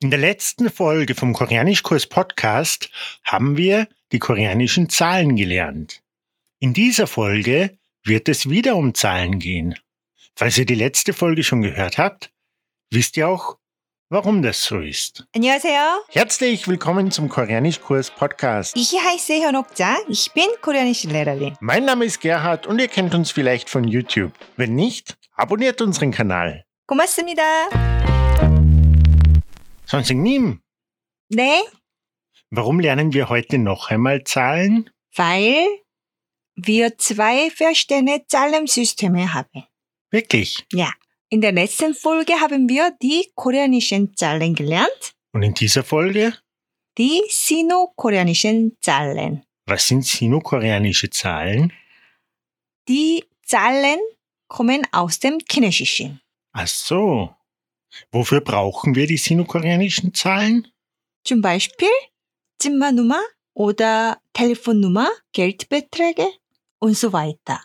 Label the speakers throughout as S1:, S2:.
S1: In der letzten Folge vom Koreanischkurs Podcast haben wir die koreanischen Zahlen gelernt. In dieser Folge wird es wieder um Zahlen gehen. Falls ihr die letzte Folge schon gehört habt, wisst ihr auch, warum das so ist.
S2: 안녕하세요.
S1: Herzlich willkommen zum Koreanischkurs Podcast.
S2: Ich heiße Hyunokja. Ich bin koreanische Lehrerin.
S1: Mein Name ist Gerhard und ihr kennt uns vielleicht von YouTube. Wenn nicht, abonniert unseren Kanal.
S2: 고맙습니다.
S1: Sonst
S2: 네,
S1: Warum lernen wir heute noch einmal Zahlen?
S2: weil wir zwei verschiedene Zahlensysteme haben.
S1: Wirklich.
S2: In der letzten Folge haben wir die koreanischen Zahlen gelernt.
S1: Und in dieser Folge,
S2: Die sino-koreanischen Zahlen.
S1: was sind sinokoreanische Zahlen?
S2: Die Zahlen kommen aus dem Chinesischen.
S1: Ach so. Wofür brauchen wir die sinokoreanischen Zahlen?
S2: Zum Beispiel Zimmernummer oder Telefonnummer, Geldbeträge und so weiter.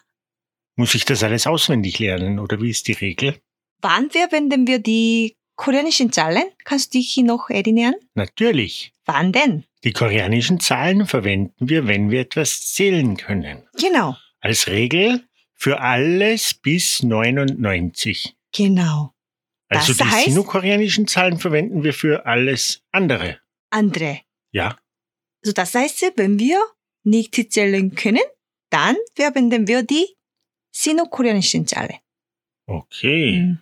S1: Muss ich das alles auswendig lernen oder wie ist die Regel?
S2: Wann verwenden wir die koreanischen Zahlen? Kannst du dich noch erinnern?
S1: Natürlich.
S2: Wann denn?
S1: Die koreanischen Zahlen verwenden wir, wenn wir etwas zählen können.
S2: Genau.
S1: Als Regel für alles bis 99.
S2: Genau.
S1: Also
S2: Das
S1: die
S2: heißt-
S1: sinokoreanischen Zahlen verwenden wir für alles andere.
S2: Andere.
S1: Ja,
S2: So, das heißt, wenn wir nicht zählen können, dann verwenden wir die sino-koreanischen Zahlen.
S1: okay.
S2: Mhm.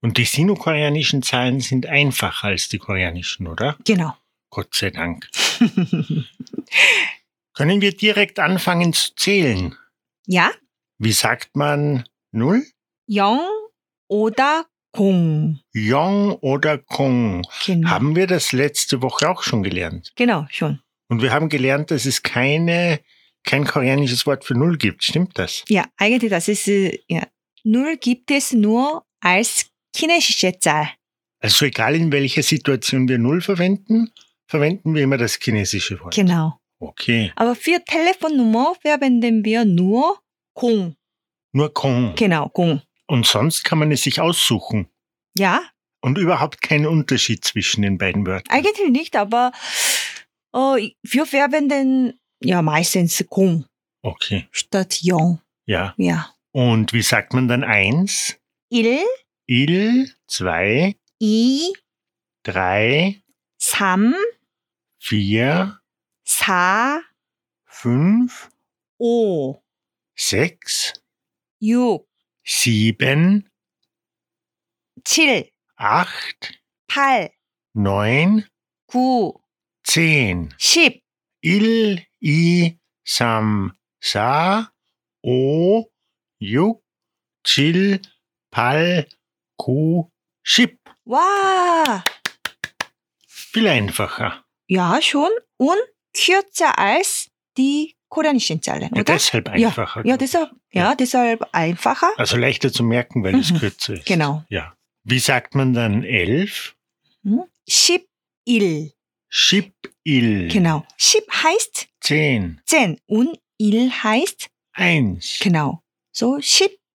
S1: Und die sinokoreanischen Zahlen sind einfacher als die koreanischen, oder?
S2: Genau.
S1: Gott sei Dank. Können wir direkt anfangen zu zählen?
S2: ja,
S1: Wie sagt man Null?
S2: Yong oder Gong.
S1: Yong oder Kong?
S2: Genau.
S1: Haben wir das letzte Woche auch schon gelernt.
S2: Genau, schon.
S1: Und wir haben gelernt, dass es keine, kein koreanisches Wort für Null gibt. Stimmt das?
S2: Ja, eigentlich, das ist, äh, ja. Null gibt es nur als chinesische Zahl.
S1: Also egal in welcher Situation wir Null verwenden, verwenden wir immer das chinesische Wort.
S2: Genau.
S1: Okay.
S2: Aber für Telefonnummer verwenden wir nur Gong.
S1: Nur Kong.
S2: Genau, Gong.
S1: Und sonst kann man es sich aussuchen.
S2: Ja,
S1: Und überhaupt keinen Unterschied zwischen den beiden Wörtern.
S2: eigentlich nicht, aber äh, wir verwenden ja meistens Gong
S1: Okay,
S2: statt Yong.
S1: ja.
S2: Ja.
S1: Und wie sagt man dann eins?
S2: 일,
S1: Il, zwei,
S2: 이,
S1: drei,
S2: 삼,
S1: vier,
S2: 사,
S1: fünf,
S2: 오,
S1: sechs,
S2: 육,
S1: sieben,
S2: 칠,
S1: acht,
S2: 팔,
S1: neun,
S2: 구,
S1: zehn.
S2: 십.
S1: Il, i, sam, sa, o, juk, chil, pal, ku, ship.
S2: 와!
S1: Viel einfacher.
S2: Ja, schon. Und kürzer als die koreanischen Zahlen,
S1: Ja,
S2: oder?
S1: deshalb
S2: Ja,
S1: einfacher.
S2: Ja, deshalb, ja, deshalb einfacher.
S1: Also leichter zu merken, weil es
S2: Mhm.
S1: kürzer ist.
S2: Genau.
S1: Ja. Wie sagt man dann elf?
S2: Hm? 11.
S1: Ship-il.
S2: Genau. 10 heißt
S1: Zehn.
S2: 10 und 1 heißt
S1: Eins.
S2: genau. So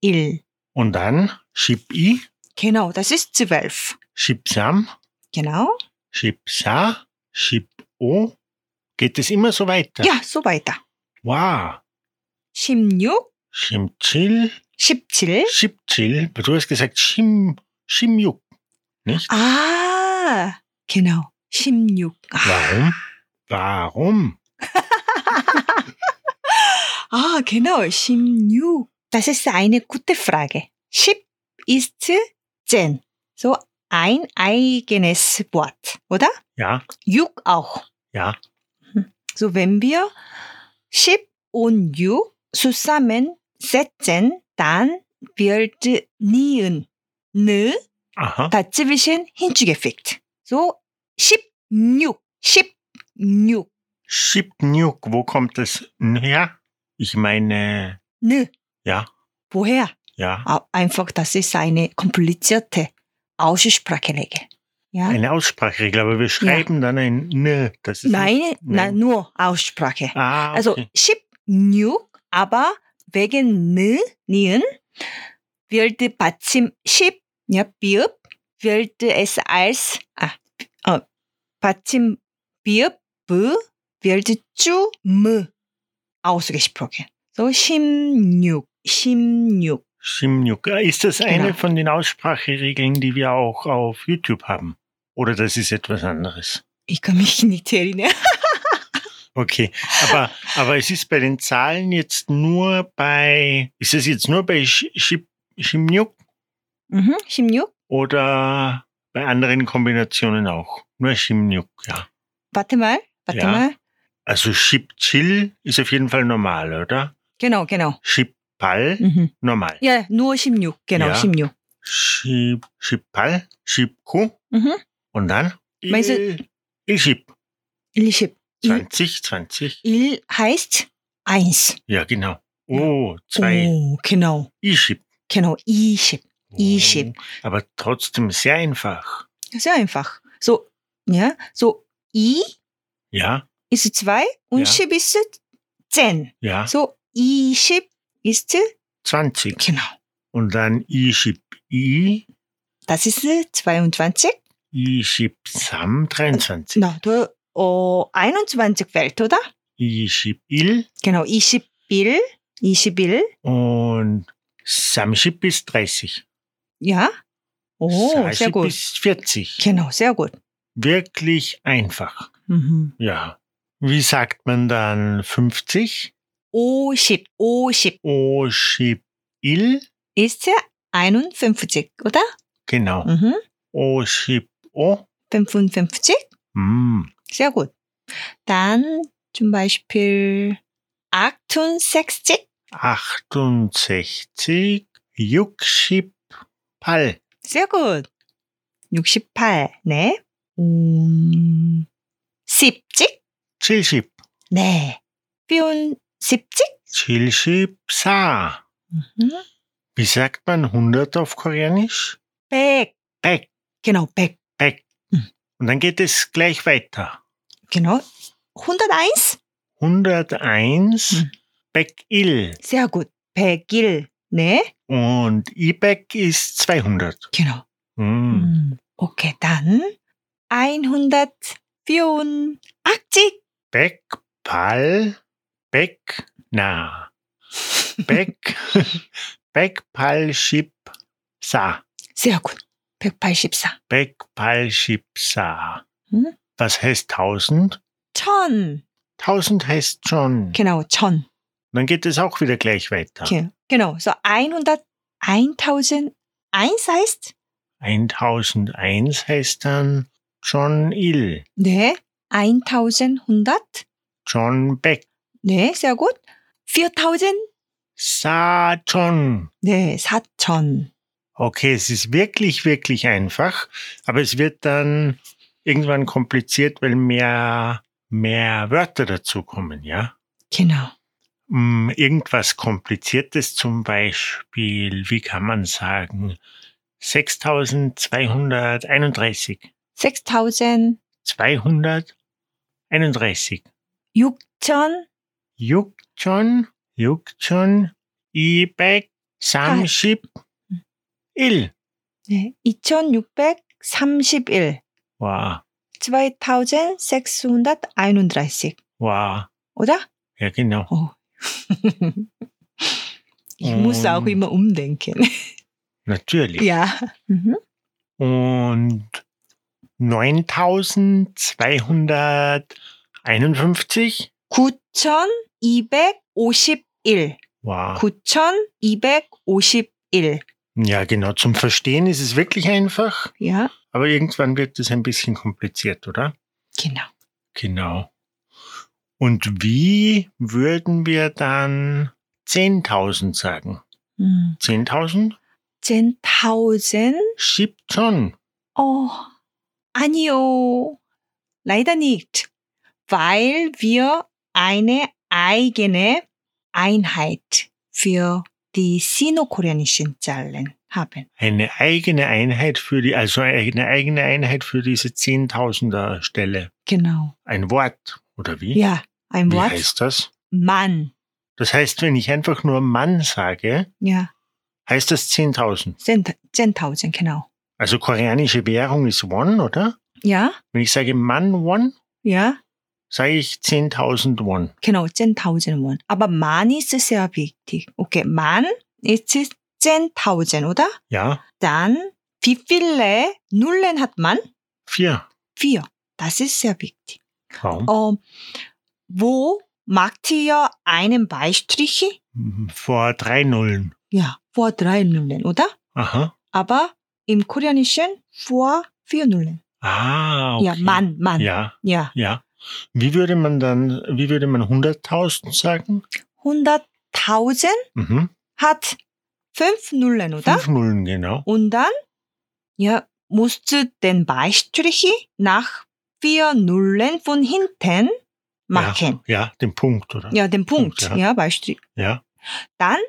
S2: 11.
S1: Und dann Ship-i,
S2: Genau, das ist 12.
S1: Ship-sam,
S2: Genau.
S1: Ship-sa, Ship-o. Geht es immer so weiter?
S2: Ja, so weiter.
S1: Wow.
S2: 16,
S1: Shim-chil,
S2: 17.
S1: Ship-chil. Du hast gesagt Shim, Shim-juk. Nicht?
S2: Ah, genau. 16. Ah,
S1: Warum? Warum?
S2: ah, genau. 16. Das ist eine gute Frage. 10 ist 10. So ein eigenes Wort, oder?
S1: Ja,
S2: 6 auch.
S1: ja.
S2: So, wenn wir 10 und 6 zusammensetzen, dann wird nieen, ne
S1: Aha.
S2: dazwischen hinzugefügt. So, 16, 16,
S1: Ship-juk. Wo kommt das N her? Ich meine,
S2: ne.
S1: Ja.
S2: Woher?
S1: ja.
S2: Ah, Einfach, das ist eine komplizierte Ausspracheregel. Ja?
S1: Eine Ausspracheregel, aber wir schreiben dann ein N. Das ist
S2: Nein, na,
S1: nein.
S2: nur Aussprache.
S1: Nicht, ah, okay.
S2: Also 16, aber wegen ne, nien wird 받침 10, ja, 비읍, wird es als, ah, 받침 비읍 부 별지 쭈무 ausgesprochen. So 16, 16.
S1: 16. Äh, Ist das eine
S2: Genau.
S1: von den Ausspracheregeln, die wir auch auf YouTube haben? Oder das ist etwas anderes?
S2: Ich kann mich nicht erinnern.
S1: Okay, aber, aber es ist bei den Zahlen jetzt nur bei, ist es jetzt nur bei Sch- Sch- Schimnyuk
S2: Mhm, 16.
S1: oder bei anderen Kombinationen auch? Nur Schimnyuk, ja.
S2: Warte mal, warte
S1: Ja.
S2: mal.
S1: Also Schipchil ist auf jeden Fall normal, oder?
S2: Genau, genau.
S1: Schipal,
S2: Mhm.
S1: normal.
S2: Ja, nur 16. Genau,
S1: Ja.
S2: 16.
S1: Schip, Schipal, Schipku
S2: Mhm.
S1: und dann?
S2: Meinst du-
S1: Il- Ilschip.
S2: 10.
S1: 20, 20.
S2: 1 heißt 1.
S1: Ja, genau. Oh, zwei.
S2: Oh, genau.
S1: Ilschip.
S2: Genau, 20. Ilschip.
S1: Oh, Aber trotzdem sehr einfach.
S2: Sehr einfach. So, ja, so I
S1: Ja,
S2: ist 2 und
S1: Ja.
S2: 10 ist 10.
S1: ja.
S2: So 20 ist
S1: 20.
S2: genau.
S1: Und dann Ilschip. I,
S2: Das ist 22.
S1: Ilschip Sam, 23.
S2: Na, du 어, 21 fällt, oder?
S1: Ilschip Il
S2: Genau, 21. 21.
S1: und Samschip ist 30.
S2: Ja. Oh, sehr
S1: Saship
S2: gut.
S1: ist 40.
S2: Genau, sehr gut.
S1: Wirklich einfach.
S2: Mhm.
S1: Ja. Wie sagt man dann 50?
S2: 50. 50
S1: Oship Il,
S2: ist 51, oder?
S1: genau.
S2: Mhm.
S1: Oship O.
S2: 55.
S1: Hm.
S2: Sehr gut. Dann zum Beispiel 68.
S1: 68. Yukship Pal.
S2: Sehr gut. 68. 네. 음, 10직?
S1: 70.
S2: 네. 뿅, 10직?
S1: 70 Sa.
S2: 음,
S1: Wie sagt man 100 auf Koreanisch?
S2: 100.
S1: Back.
S2: Genau, 100.
S1: Und dann geht es gleich weiter.
S2: Genau. 101?
S1: 101
S2: Mhm.
S1: Back Il.
S2: Sehr gut. 101. 네.
S1: Und E-Back ist 200.
S2: Genau.
S1: Hm.
S2: 음, 오케이. 단, 184직.
S1: Beck, Pall, Beck, na. Beck, Beck, Pall, Schip, Sa.
S2: sehr gut. 184.
S1: Beck, Pall, Schip, Sa.
S2: Hm?
S1: Was heißt 1000?
S2: 1000.
S1: 1000 heißt schon.
S2: Genau, 1000.
S1: Dann geht es auch wieder gleich weiter.
S2: Ge- Genau, so 100, 1001 heißt,
S1: 1001 heißt dann John Il,
S2: 네, 1100,
S1: John Beck,
S2: 네, sehr gut. 4000,
S1: Sa, John.
S2: 네, 4000.
S1: Okay, es ist wirklich, wirklich einfach, aber es wird dann irgendwann kompliziert, weil mehr, mehr Wörter dazukommen, ja?
S2: Genau.
S1: Hm, irgendwas Kompliziertes zum Beispiel, wie kann man sagen, 6231,
S2: 6000,
S1: 231,
S2: 육천,
S1: Yukchon, Yukchon, Ibek, Samship, Il.
S2: 네, 2631,
S1: Wow,
S2: 2631,
S1: wow,
S2: oder?
S1: ja genau.
S2: Oh. Ich muss auch
S1: Ähm.
S2: immer umdenken.
S1: Natürlich.
S2: Ja. Mhm.
S1: Und 9251?
S2: 9251.
S1: Wow.
S2: 9251.
S1: Ja, genau. Zum Verstehen ist es wirklich einfach,
S2: Ja,
S1: aber irgendwann wird es ein bisschen kompliziert, oder?
S2: genau.
S1: Genau. Und wie würden wir dann 10.000 sagen?
S2: 음.
S1: 10.000?
S2: 10,000?
S1: Schiebt schon.
S2: Oh, 아니요. Leider nicht. Weil wir eine eigene Einheit für die sino-koreanischen Zahlen haben.
S1: Eine eigene Einheit für die, also eine eigene Einheit für diese 10.000er Stelle.
S2: Genau.
S1: Ein Wort, oder wie?
S2: Ja, ein
S1: Wie
S2: Wort.
S1: heißt das?
S2: Mann.
S1: Das heißt, wenn ich einfach nur Mann sage,
S2: Ja,
S1: heißt das 10.000.
S2: 10,000, genau.
S1: Also koreanische Währung ist Won, oder?
S2: Ja,
S1: Wenn ich sage Mann Won,
S2: ja,
S1: sage ich 10.000 Won.
S2: genau, 10.000 Won. Aber Mann ist sehr wichtig. Okay, Mann ist 10.000, oder?
S1: Ja,
S2: Dann, wie viele Nullen hat man?
S1: vier.
S2: Vier. Das ist sehr wichtig.
S1: Warum?
S2: Ähm, wo macht ihr einen Beistrich?
S1: Mhm. Vor drei Nullen.
S2: Ja, vor drei Nullen, oder?
S1: Aha.
S2: Aber im Koreanischen vor vier Nullen.
S1: Ah, okay.
S2: Ja, Mann, Mann.
S1: Ja,
S2: ja.
S1: ja. Wie würde man dann, wie würde man 100.000 sagen?
S2: 100.000
S1: Mhm.
S2: hat fünf Nullen, oder?
S1: Fünf Nullen, genau.
S2: Und dann, ja, musst du den Beistrich nach vier Nullen von hinten machen.
S1: Ja, den Punkt, oder?
S2: Ja, den Punkt.
S1: Punkt, ja.
S2: ja. Beistrich.
S1: Ja.
S2: Dann,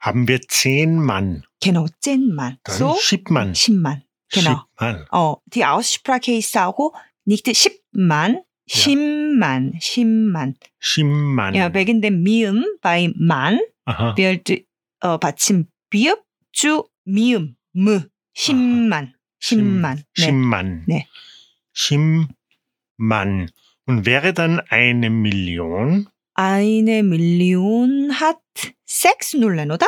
S1: Haben wir zehn Mann,
S2: genau, 10 Mann.
S1: dann
S2: so,
S1: schiebt man.
S2: 10 Mann. Genau.
S1: Schiebt man.
S2: 어, die Aussprache ist auch nicht 10만, 10만, 10만.
S1: Schimmann.
S2: Ja, wegen dem Mium bei Mann
S1: Aha.
S2: wird äh, 받침 비읍 주 미음, 무, 10만, 10만. 네.
S1: Schimmann.
S2: Nee.
S1: Schimmann. Und wäre dann eine Million,
S2: Eine Million hat sechs Nullen, oder?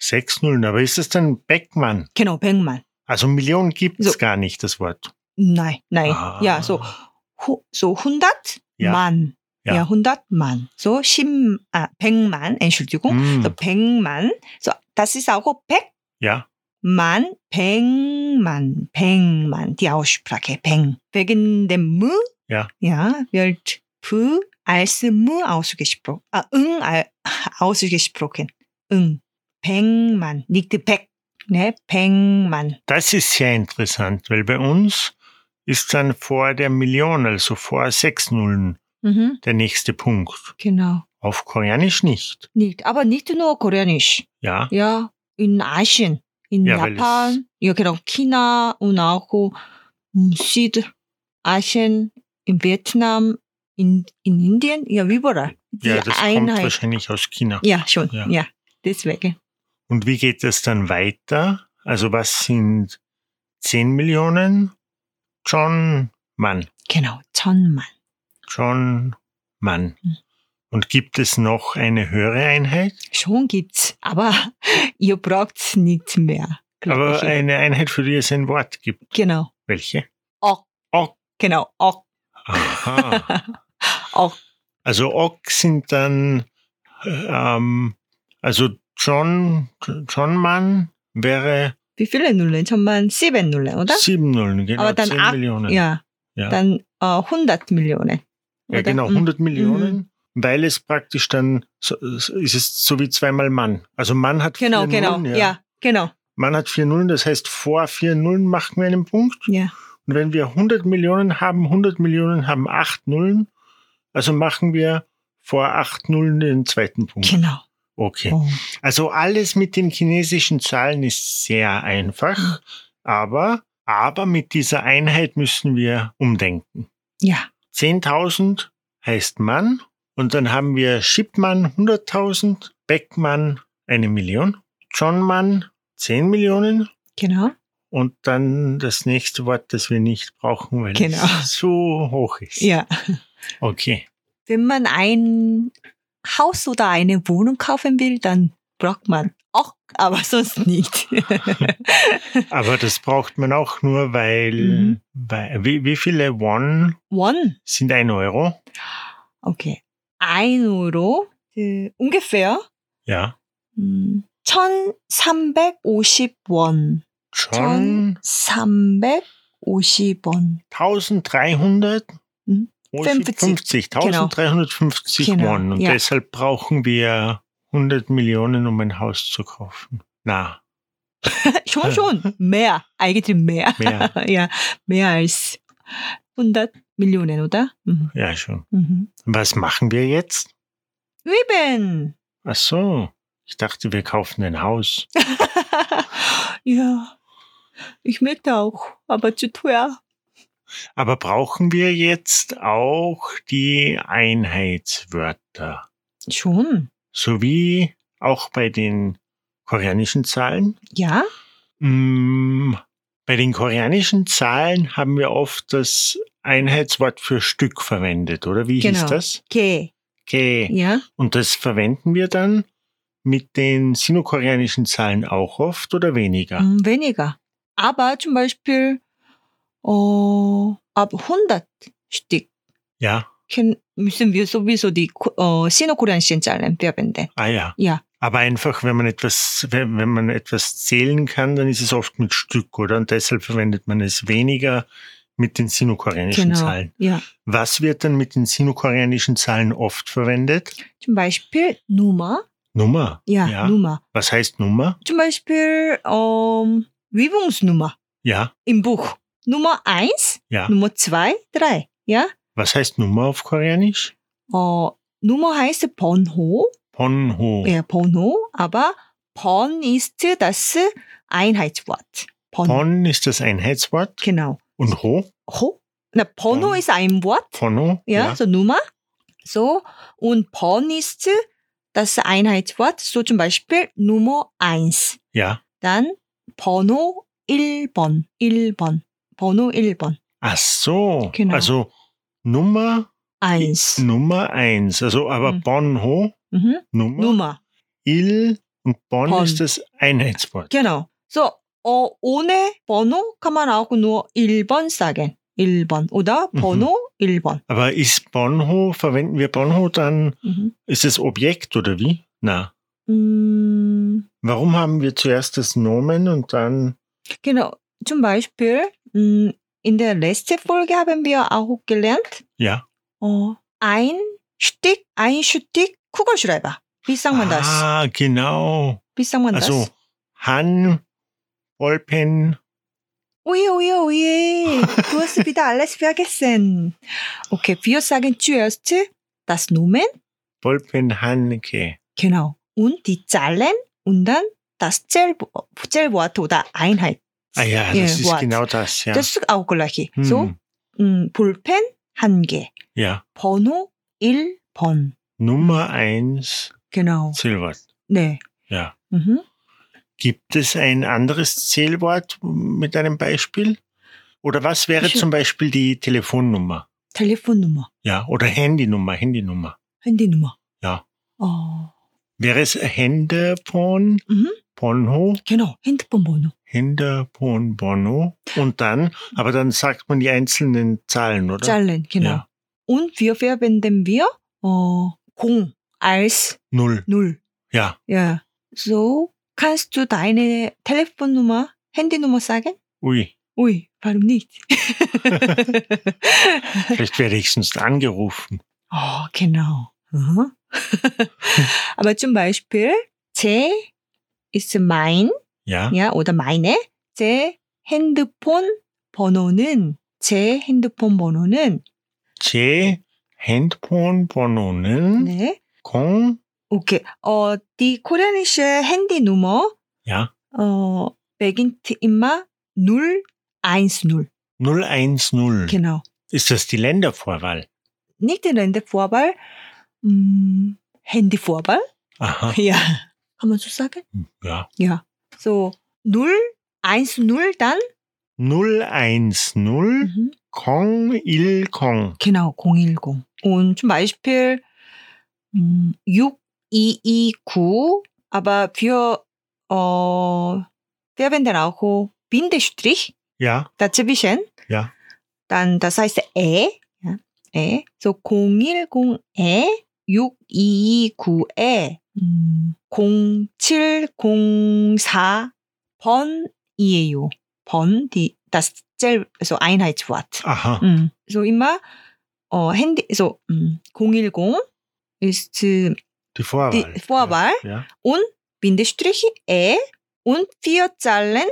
S1: sechs Nullen, aber ist es dann Beckmann?
S2: Genau, 100만.
S1: Also Million gibt es
S2: So.
S1: gar nicht, das Wort.
S2: Nein, nein.
S1: Ah.
S2: Ja, so, hu, so 100
S1: Ja.
S2: Mann.
S1: Ja.
S2: Ja. 100 Mann. So 10, 아, 100만, Entschuldigung.
S1: Hm,
S2: So 100만. So, das ist auch 100
S1: Ja,
S2: 만, 백만, 백만, die Aussprache, 백. Wegen dem mu,
S1: Ja.
S2: ja, wird 부 als mu ausgesprochen, ah, 응 al- ausgesprochen, 응. 백만, nicht 백, ne, 백만,
S1: das ist sehr interessant, weil bei uns ist dann vor der Million, also vor sechs Nullen,
S2: mhm,
S1: der nächste Punkt.
S2: genau.
S1: Auf Koreanisch nicht.
S2: Nicht, aber nicht nur koreanisch,
S1: Ja,
S2: ja, in Asien, in
S1: Ja, weil es-
S2: Japan, ja, genau, China und auch 음, Südasien, in Vietnam, in, in Indien, ja, überall. Die
S1: ja das kommt
S2: Einheit.
S1: wahrscheinlich aus China.
S2: Ja, schon,
S1: Ja.
S2: ja. deswegen.
S1: Und wie geht es dann weiter? Also was sind 10 Millionen? John Mann.
S2: Genau, 천만.
S1: John Mann.
S2: Mhm.
S1: Und gibt es noch eine höhere Einheit?
S2: Schon gibt's, aber ihr braucht's nicht mehr. glaub
S1: Aber
S2: ich.
S1: eine Einheit, für die es ein Wort gibt.
S2: genau,
S1: Welche?
S2: 억.
S1: 억.
S2: genau, 억,
S1: Aha.
S2: 억,
S1: also Ock sind dann, äh, ähm, also John, John Mann wäre
S2: wie viele Nullen? 천만, sieben Nullen, oder?
S1: sieben Nullen, genau,
S2: Aber dann
S1: 10
S2: ab-
S1: Millionen.
S2: Ja,
S1: Ja.
S2: dann äh, 100 Millionen.
S1: Ja,
S2: oder?
S1: genau,
S2: Mhm.
S1: 100 Millionen, weil es praktisch dann, so, so- ist es so wie zweimal Mann. Also Mann hat
S2: Genau,
S1: vier
S2: genau,
S1: Nullen.
S2: ja. genau,
S1: Mann hat vier Nullen, das heißt, vor vier Nullen machen wir einen Punkt.
S2: ja.
S1: Und wenn wir 100 Millionen haben, 100 Millionen haben acht Nullen, also machen wir vor acht Nullen den zweiten Punkt.
S2: Genau.
S1: Okay.
S2: Oh.
S1: Also alles mit den chinesischen Zahlen ist sehr einfach, aber, aber mit dieser Einheit müssen wir umdenken.
S2: Ja,
S1: 10.000 heißt Mann und dann haben wir Shipmann 100.000, Beckmann eine Million, Johnmann 10 Millionen
S2: genau.
S1: und dann das nächste Wort, das wir nicht brauchen, weil
S2: Genau.
S1: es so hoch ist.
S2: Ja.
S1: Okay.
S2: Wenn man ein Haus oder eine Wohnung kaufen will, dann braucht man auch, aber sonst nicht.
S1: Aber das braucht man auch nur, weil,
S2: Mhm.
S1: weil wie, wie viele Won
S2: One.
S1: sind ein Euro?
S2: Okay. Ein Euro. 그, ungefähr
S1: Ja.
S2: 음, 1350원.
S1: John
S2: 1350원.
S1: 1300
S2: Mhm.
S1: Oh, 50, 1350
S2: Genau.
S1: Won. Und
S2: Ja.
S1: deshalb brauchen wir 100 Millionen, um ein Haus zu kaufen. Na,
S2: schon, schon. Mehr. Eigentlich mehr.
S1: mehr.
S2: ja, mehr als 100 Millionen, oder? Mhm.
S1: ja, schon.
S2: Mhm.
S1: Was machen wir jetzt?
S2: Ribbon.
S1: Ach so. Ich dachte, wir kaufen ein Haus.
S2: ja, ich möchte auch, aber zu teuer.
S1: Aber brauchen wir jetzt auch die Einheitswörter?
S2: Schon,
S1: Sowie auch bei den koreanischen Zahlen?
S2: ja.
S1: Mm, Bei den koreanischen Zahlen haben wir oft das Einheitswort für Stück verwendet, oder? Wie
S2: Genau.
S1: hieß das?
S2: Ge.
S1: Ge.
S2: Ja.
S1: Und das verwenden wir dann mit den sinokoreanischen Zahlen auch oft oder weniger?
S2: 음, mm, weniger. Aber zum Beispiel 어, ab 100 Stück
S1: Ja.
S2: können, müssen wir sowieso die Ko- 어, sinokoreanischen Zahlen verwenden.
S1: Ah ja.
S2: Ja,
S1: Aber einfach, wenn man etwas, wenn, wenn man etwas zählen kann, dann ist es oft mit Stück, oder? Und deshalb verwendet man es weniger mit den sinokoreanischen
S2: genau.
S1: Zahlen.
S2: Ja.
S1: Was wird dann mit den sinokoreanischen Zahlen oft verwendet?
S2: Zum Beispiel Nummer.
S1: Nummer.
S2: Ja,
S1: Ja.
S2: Nummer.
S1: Was heißt Nummer?
S2: Zum Beispiel ähm, Übungsnummer
S1: Ja.
S2: im Buch. Nummer 1,
S1: Ja.
S2: Nummer 2, 3. Ja?
S1: Was heißt Nummer auf Koreanisch?
S2: 어, Nummer heißt Bonho.
S1: Ponho.
S2: Ja, Bonho. Aber Bon ist das Einheitswort. Bon.
S1: Pon ist das Einheitswort
S2: Genau.
S1: und Ho,
S2: Ho? Na, Bonho
S1: Bon.
S2: ist ein Wort.
S1: Ponho.
S2: Ja, so Nummer. So. Und Bon ist das Einheitswort. So zum Beispiel Nummer 1.
S1: ja.
S2: Dann 번호 1번. 1번. 번호 1번.
S1: Ach so.
S2: Genau.
S1: Also Nummer,
S2: 1.
S1: Nummer eins. Also aber
S2: Mhm.
S1: Ponho,
S2: Mhm.
S1: Nummer,
S2: Nummer.
S1: Il und Bon,
S2: Bon.
S1: ist das Einheitswort.
S2: Genau. So, 어, ohne 번호 kann man auch nur 1번 sagen. 1번. Oder
S1: Mhm.
S2: 번호 1번.
S1: Aber ist Bonho, verwenden wir Bonho dann,
S2: Mhm.
S1: ist es Objekt oder wie? Na.
S2: 음,
S1: Warum haben wir zuerst das Nomen und dann
S2: genau. Zum Beispiel, 음, in der letzten Folge haben wir auch gelernt,
S1: ja?
S2: 어, ein Stück, ein Stück Kugelschreiber. Wie sagt man das?
S1: ah, genau.
S2: Wie sagt man
S1: Also
S2: das?
S1: Han, Ballpen,
S2: Oje, oje, oje. Du hast wieder alles vergessen. Okay, wir sagen zuerst das Nomen.
S1: Ballpen Hanke.
S2: Genau. Und die Zahlen und dann das Zell, Zellwort oder Einheit.
S1: Ah ja,
S2: 예,
S1: das ist
S2: Äh, what.
S1: genau das, ja.
S2: Das ist auch gleich.
S1: hm,
S2: So, 음, 볼펜 한 개,
S1: Ja.
S2: 번호 1번.
S1: Nummer eins
S2: Genau.
S1: Zählwort.
S2: 네.
S1: Ja.
S2: Mhm.
S1: Gibt es ein anderes Zählwort mit einem Beispiel? Oder was wäre
S2: Ich-
S1: zum Beispiel die Telefonnummer?
S2: 텔레폰nummer,
S1: Ja, oder Handynummer, Handynummer.
S2: 핸디nummer.
S1: Ja.
S2: 어,
S1: Wäre es Händepon,
S2: Mhm.
S1: Bonho,
S2: genau. 핸드폰 번호.
S1: Händepon, Bonho und dann, aber dann sagt man die einzelnen Zahlen, oder?
S2: Zahlen, genau.
S1: Ja.
S2: Und wir verwenden wir 어, 공 als
S1: Null.
S2: null.
S1: Ja.
S2: Ja. So kannst du deine Telefonnummer, Handynummer sagen?
S1: Ui,
S2: Ui, warum nicht?
S1: vielleicht werde ich sonst angerufen.
S2: oh, genau. Mhm. Aber zum Beispiel, 제 ist mein,
S1: Ja.
S2: ja, oder meine. 제 핸드폰 번호는, 제 핸드폰 번호는,
S1: Che, Handpon, Bononen,
S2: 네.
S1: ne? Kong,
S2: 오케이. 어, die koreanische Handynummer,
S1: ja.
S2: 어, beginnt immer 010.
S1: 010.
S2: Genau.
S1: Ist das die Ländervorwahl?
S2: nicht in Rendevorwahl, 음, Handyvorwahl.
S1: Aha.
S2: Ja. Kann man so sagen?
S1: Ja.
S2: Ja. So, 0, 1, 0 dann.
S1: 010,
S2: Mhm.
S1: Kong, Il, Kong.
S2: Genau, 010. Und zum Beispiel, 음, 6, 2, 2, 9. Aber für, 어, verwenden auch Bindestrich
S1: Ja.
S2: dazwischen.
S1: Ja.
S2: Dann, das heißt, ä, ja, ä. So, 010에, 6229에, 음, 0704번이에요. 번, die, das 셀, so Einheitswort.
S1: Aha.
S2: 음, so immer, 어, 핸디, so, 음, 010 ist die
S1: Die Vorwahl.
S2: Vorwahl,
S1: Ja.
S2: Bindestrich, ä, und vier Zahlen,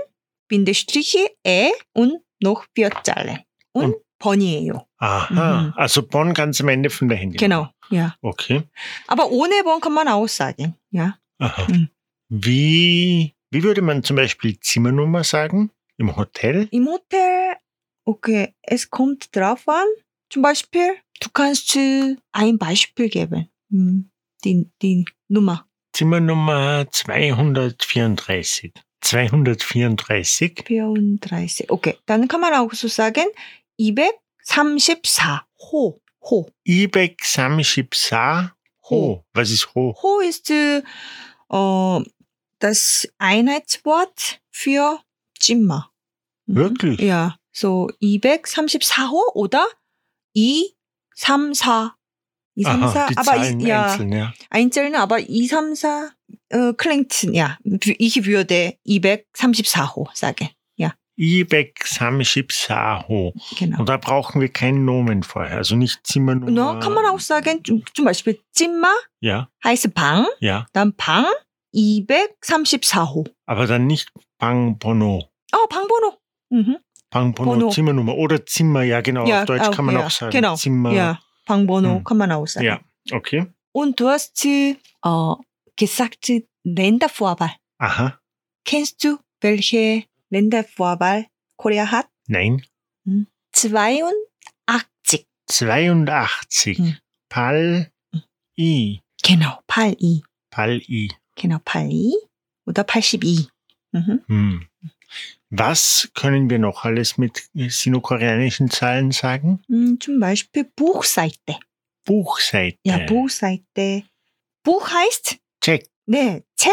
S2: Bindestrich, ä, und noch vier Zahlen. Und,
S1: Und-
S2: 번이에요.
S1: Aha,
S2: Mhm.
S1: also Bonn ganz am Ende von der Handy.
S2: Genau, ja.
S1: Okay.
S2: Aber ohne Bon kann man auch sagen, ja.
S1: Aha.
S2: Mhm.
S1: Wie, wie würde man zum Beispiel Zimmernummer sagen? Im Hotel?
S2: Im Hotel, okay, es kommt drauf an. Zum Beispiel, du kannst äh, ein Beispiel geben. 음. Hm, Die, die Nummer.
S1: Zimmernummer 234. 234.
S2: 34. Okay. Dann kann man auch so sagen, 234. Ho. Ho.
S1: 234 Ho. Was ist Ho?
S2: Ho ist äh, äh, das Einheitswort für Zimmer. Mhm.
S1: Wirklich?
S2: Ja. So 234호 oder 234. 234.
S1: Aha, die
S2: aber
S1: Zahlen
S2: ich, ja,
S1: einzeln, ja.
S2: einzeln, aber 234 äh, klingt, ja. Ich würde 234호 sagen.
S1: 234 Ho.
S2: Genau.
S1: Und da brauchen wir keinen Nomen vorher. Also nicht Zimmernummer.
S2: No, kann man auch sagen, zum zum Beispiel Zimmer
S1: Ja,
S2: heißt 방,
S1: ja.
S2: dann 방 234호.
S1: Aber dann nicht Bang Bono.
S2: 어, 방번호. Mhm.
S1: Bang Bono,
S2: Bono.
S1: Zimmernummer. Oder Zimmer, ja genau.
S2: Ja,
S1: Auf Deutsch
S2: auch,
S1: kann man
S2: ja,
S1: auch sagen
S2: genau.
S1: Zimmer.
S2: Ja, 예. 방번호
S1: 음.
S2: kann man auch sagen.
S1: Ja. Okay.
S2: Und du hast äh, gesagt, Ländervorwahl.
S1: Aha.
S2: Kennst du, welche Ländervorwahl Korea hat?
S1: Nein.
S2: 82.
S1: 82.
S2: Hm.
S1: Pal I.
S2: Genau, 82.
S1: Pal I.
S2: Genau, 82 oder 82. Mhm.
S1: Hm. Was können wir noch alles mit sinokoreanischen Zahlen sagen?
S2: 음, zum Beispiel Buchseite.
S1: Buchseite.
S2: Ja, Buchseite. Buch heißt,
S1: Check.
S2: 네, 책,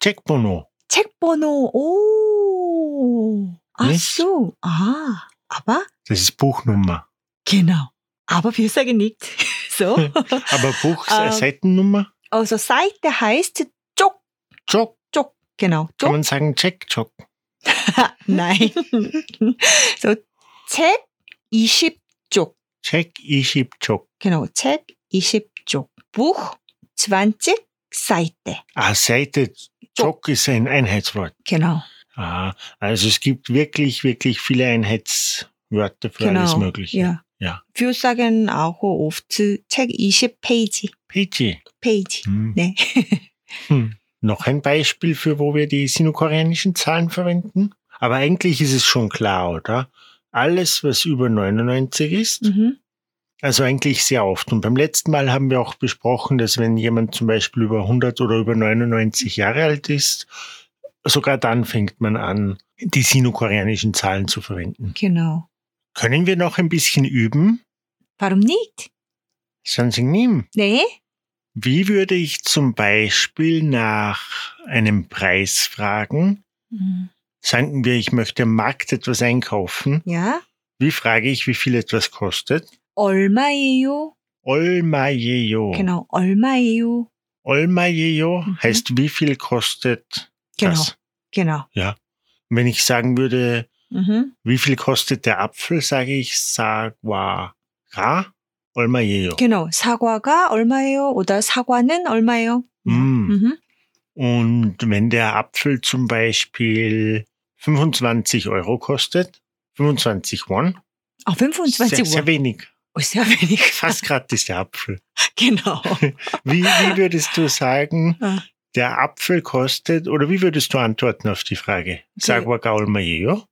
S1: Check Bono.
S2: 책 번호, 오. 아,
S1: 네?
S2: so. 아, aber,
S1: Das ist Buchnummer.
S2: genau. Aber wir sagen nicht. So.
S1: Hm. Aber Buch
S2: Ähm.
S1: Seitennummer?
S2: Also, Seite heißt 쪽,
S1: Jock.
S2: genau,
S1: Kann
S2: 쪽.
S1: man sagen Check, Jock.
S2: Nein. so, 책 20쪽.
S1: Check, ich hab Jock.
S2: Genau, 책 20쪽. Buch 20 Seite.
S1: Ah, Seite. Jock ist ein Einheitswort.
S2: Genau.
S1: Ah, also es gibt wirklich, wirklich viele Einheitswörter für
S2: genau.
S1: alles Mögliche.
S2: Ja.
S1: Ja.
S2: Wir sagen auch oft 책 20페이지.
S1: Peachy.
S2: 페이지.
S1: Hm.
S2: 네.
S1: Hm. Noch ein Beispiel für, wo wir die sinokoreanischen Zahlen verwenden? Aber eigentlich ist es schon klar, oder? Alles, was über 99 ist,
S2: Mhm.
S1: also eigentlich sehr oft. Und beim letzten Mal haben wir auch besprochen, dass wenn jemand zum Beispiel über 100 oder über 99 Jahre alt ist, sogar dann fängt man an, die sinokoreanischen Zahlen zu verwenden.
S2: Genau.
S1: Können wir noch ein bisschen üben?
S2: Warum nicht?
S1: Sansingnim,
S2: 네.
S1: wie würde ich zum Beispiel nach einem Preis fragen,
S2: 음.
S1: Sagen wir, ich möchte am Markt etwas einkaufen.
S2: 야.
S1: Wie frage ich, wie viel etwas kostet?
S2: 얼마예요?
S1: Olmajejo.
S2: Genau. 얼마예요?
S1: Olmajejo
S2: Mhm.
S1: heißt, wie viel kostet
S2: Genau.
S1: das?
S2: Genau.
S1: Wenn ich sagen würde,
S2: Mhm.
S1: wie viel kostet der Apfel, sage ich sagwa ra olmajejo.
S2: genau. 어, 사과가 얼마예요? 오다 사과는 얼마예요?
S1: 음.
S2: Mhm.
S1: Und wenn der Apfel zum Beispiel 25 Euro kostet, 25 Won,
S2: 아, 25
S1: sehr, sehr
S2: Uhr.
S1: wenig.
S2: Oh, sehr wenig.
S1: Fast gratis der Apfel.
S2: genau.
S1: Wie, wie würdest du sagen,
S2: Ah.
S1: der Apfel kostet, oder wie würdest du antworten auf die Frage? Sag mal gaulmajejo.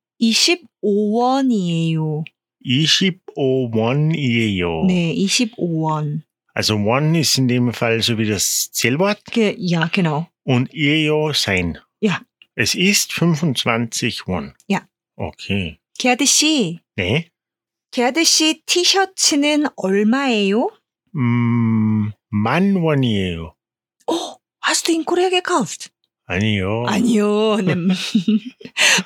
S2: 25원이에요.
S1: 25원 jejo.
S2: 네, 25원.
S1: Also one ist in dem Fall so wie das Zählwort
S2: 그, 야, genau.
S1: und jejo sein.
S2: Ja.
S1: Es ist 25 Won.
S2: Ja.
S1: Okay.
S2: 걔 아저씨,
S1: Nee.
S2: 걔 아저씨 티셔츠는 얼마예요?
S1: Mm, man 원이에요.
S2: 어, hast du in Korea gekauft?
S1: 아니요.
S2: 아니요. 네.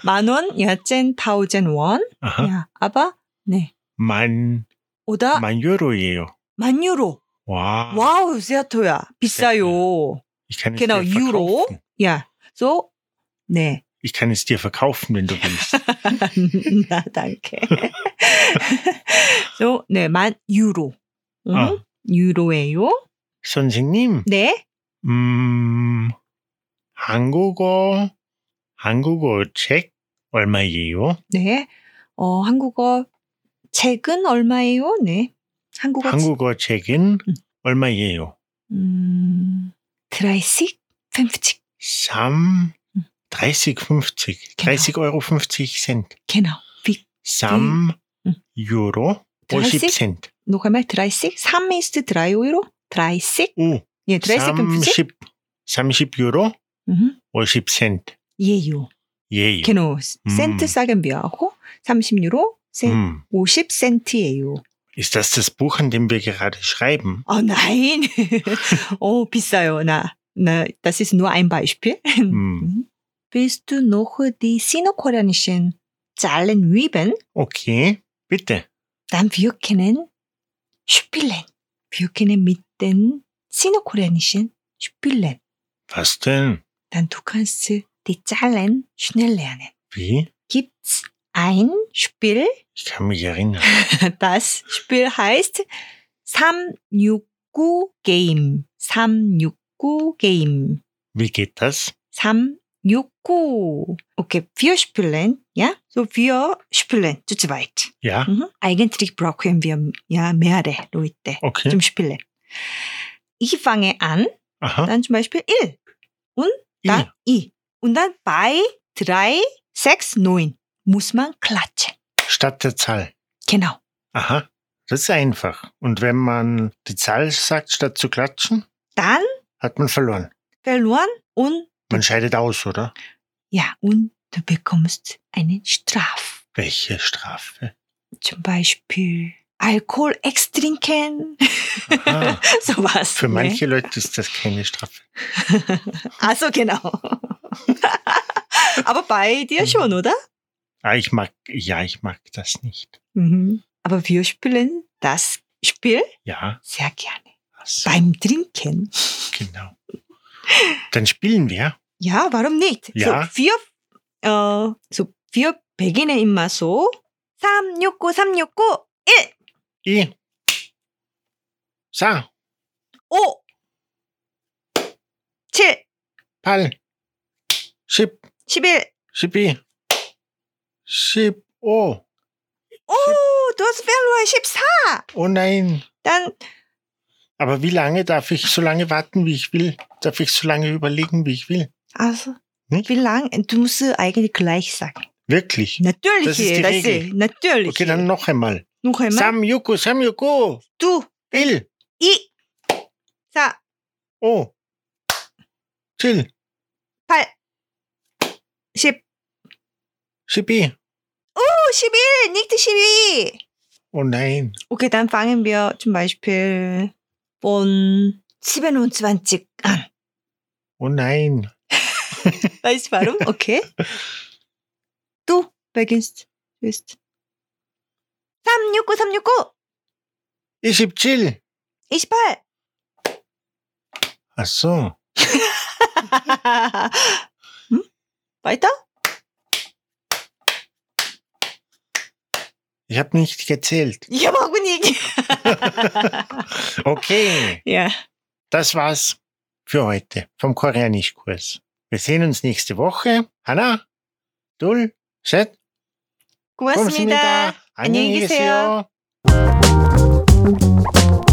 S2: 만 원, 야, 젠, 타우젠 원.
S1: 아하.
S2: 야, 아바, 네.
S1: 만,
S2: 오다,
S1: 만 아. 유로예요.
S2: 만 유로.
S1: Wow.
S2: 와우, 세아토야.
S1: 네,
S2: 비싸요.
S1: Ich kann es
S2: Genau,
S1: dir verkaufen.
S2: Euro. 야, so, 네.
S1: Ich kann es dir verkaufen, wenn du willst.
S2: 나 단계. so, 네, 만 유로. 응?
S1: 아.
S2: 유로예요.
S1: 선생님,
S2: 네.
S1: 음, 한국어, 한국어 책 얼마예요?
S2: 네. 어, 한국어 책은 얼마예요? 네. 한국어 책.
S1: 한국어 책은
S2: 음.
S1: 얼마예요?
S2: 음. 드라이식? 펜프칙.
S1: 3,
S2: 음.
S1: 30, 50,
S2: Hm. Genau.
S1: 30 Euro 50 Cent.
S2: genau. 빅.
S1: 3
S2: 음.
S1: Euro 50
S2: 30?
S1: Cent.
S2: 누가 말 드라이식? 3미스트 드라이오이로? 드라이식?
S1: 오,
S2: 예, 드라이식 펜프칙?
S1: 30, 30 Euro
S2: 음.
S1: 50 Cent.
S2: 예요.
S1: 예요.
S2: 걔는
S1: 음.
S2: 센트 싸게 미워하고 30유로 센,
S1: 음.
S2: 50센트예요.
S1: Hm. Ist das das Buch, an dem wir gerade schreiben?
S2: 어, 나인. 어, 비싸요. 나, 나, das ist nur ein Beispiel.
S1: Hm.
S2: 음. Willst du noch die sinokoreanischen Zahlen üben?
S1: Okay, bitte.
S2: Dann wir können spielen. Wir können mit den sinokoreanischen spielen.
S1: Was denn?
S2: Dann du kannst die Zahlen schnell lernen.
S1: Wie?
S2: Gibt's ein Spiel?
S1: Ich kann mich erinnern.
S2: Das Spiel heißt 369 Game. 369 Game.
S1: Wie geht das?
S2: 369. Okay, wir spielen, ja? So, wir spielen zu zweit.
S1: Ja,
S2: Mhm. Eigentlich brauchen wir ja mehrere Leute
S1: okay.
S2: zum Spielen. Ich fange an,
S1: Aha.
S2: dann zum Beispiel 1,
S1: Ja.
S2: dann I. Und dann bei 3, 6, 9 muss man klatschen.
S1: Statt der Zahl.
S2: Genau.
S1: Aha. Das ist einfach. Und wenn man die Zahl sagt, statt zu klatschen,
S2: Dann
S1: hat man verloren.
S2: verloren und
S1: Man scheidet aus, oder?
S2: Ja, und du bekommst eine Strafe.
S1: Welche Strafe?
S2: Zum Beispiel Alkohol extrinken,
S1: Aha.
S2: sowas.
S1: Für
S2: ne?
S1: manche Leute ist das keine Strafe.
S2: Also genau. Aber bei dir schon, oder?
S1: Ah, ich mag, ja, ich mag das nicht.
S2: Mhm. Aber wir spielen das Spiel
S1: Ja,
S2: sehr gerne.
S1: also,
S2: Beim Trinken.
S1: genau. Dann spielen wir.
S2: Ja, warum nicht?
S1: Ja.
S2: So, wir, äh, so, wir beginnen immer so. 369, 369, 1,
S1: I. Sa.
S2: 5, 7,
S1: 팔, 십,
S2: 11,
S1: 십이, 십오,
S2: 오, du hast verloren 14.
S1: oh nein.
S2: Dann,
S1: Aber wie lange darf ich so lange warten, wie ich will? Darf ich so lange überlegen, wie ich will?
S2: also,
S1: Hm?
S2: wie lange? Du musst eigentlich gleich sagen.
S1: Wirklich?
S2: Natürlich,
S1: Das ist die Regel.
S2: natürlich.
S1: Okay, dann noch einmal.
S2: noch einmal.
S1: Samyuko, Samyuko,
S2: du,
S1: il,
S2: i, sa,
S1: o, 칠,
S2: 팔, 십.
S1: 십이.
S2: 오, 11, nicht 12.
S1: Oh nein.
S2: Okay, dann fangen wir zum Beispiel von 27 an.
S1: Oh nein.
S2: Weißt du warum? Okay. du beginnst. Bist. 369, 369,
S1: 이십칠.
S2: 28.
S1: Ach so.
S2: hm? Weiter?
S1: Ich habe nicht gezählt.
S2: Ich habe auch nicht.
S1: Okay,
S2: ja.
S1: das war's für heute vom Koreanischkurs. Wir sehen uns nächste Woche. Hanna, Dul, Set,
S2: 고맙습니다. 안녕히 계세요.
S1: 안녕히 계세요.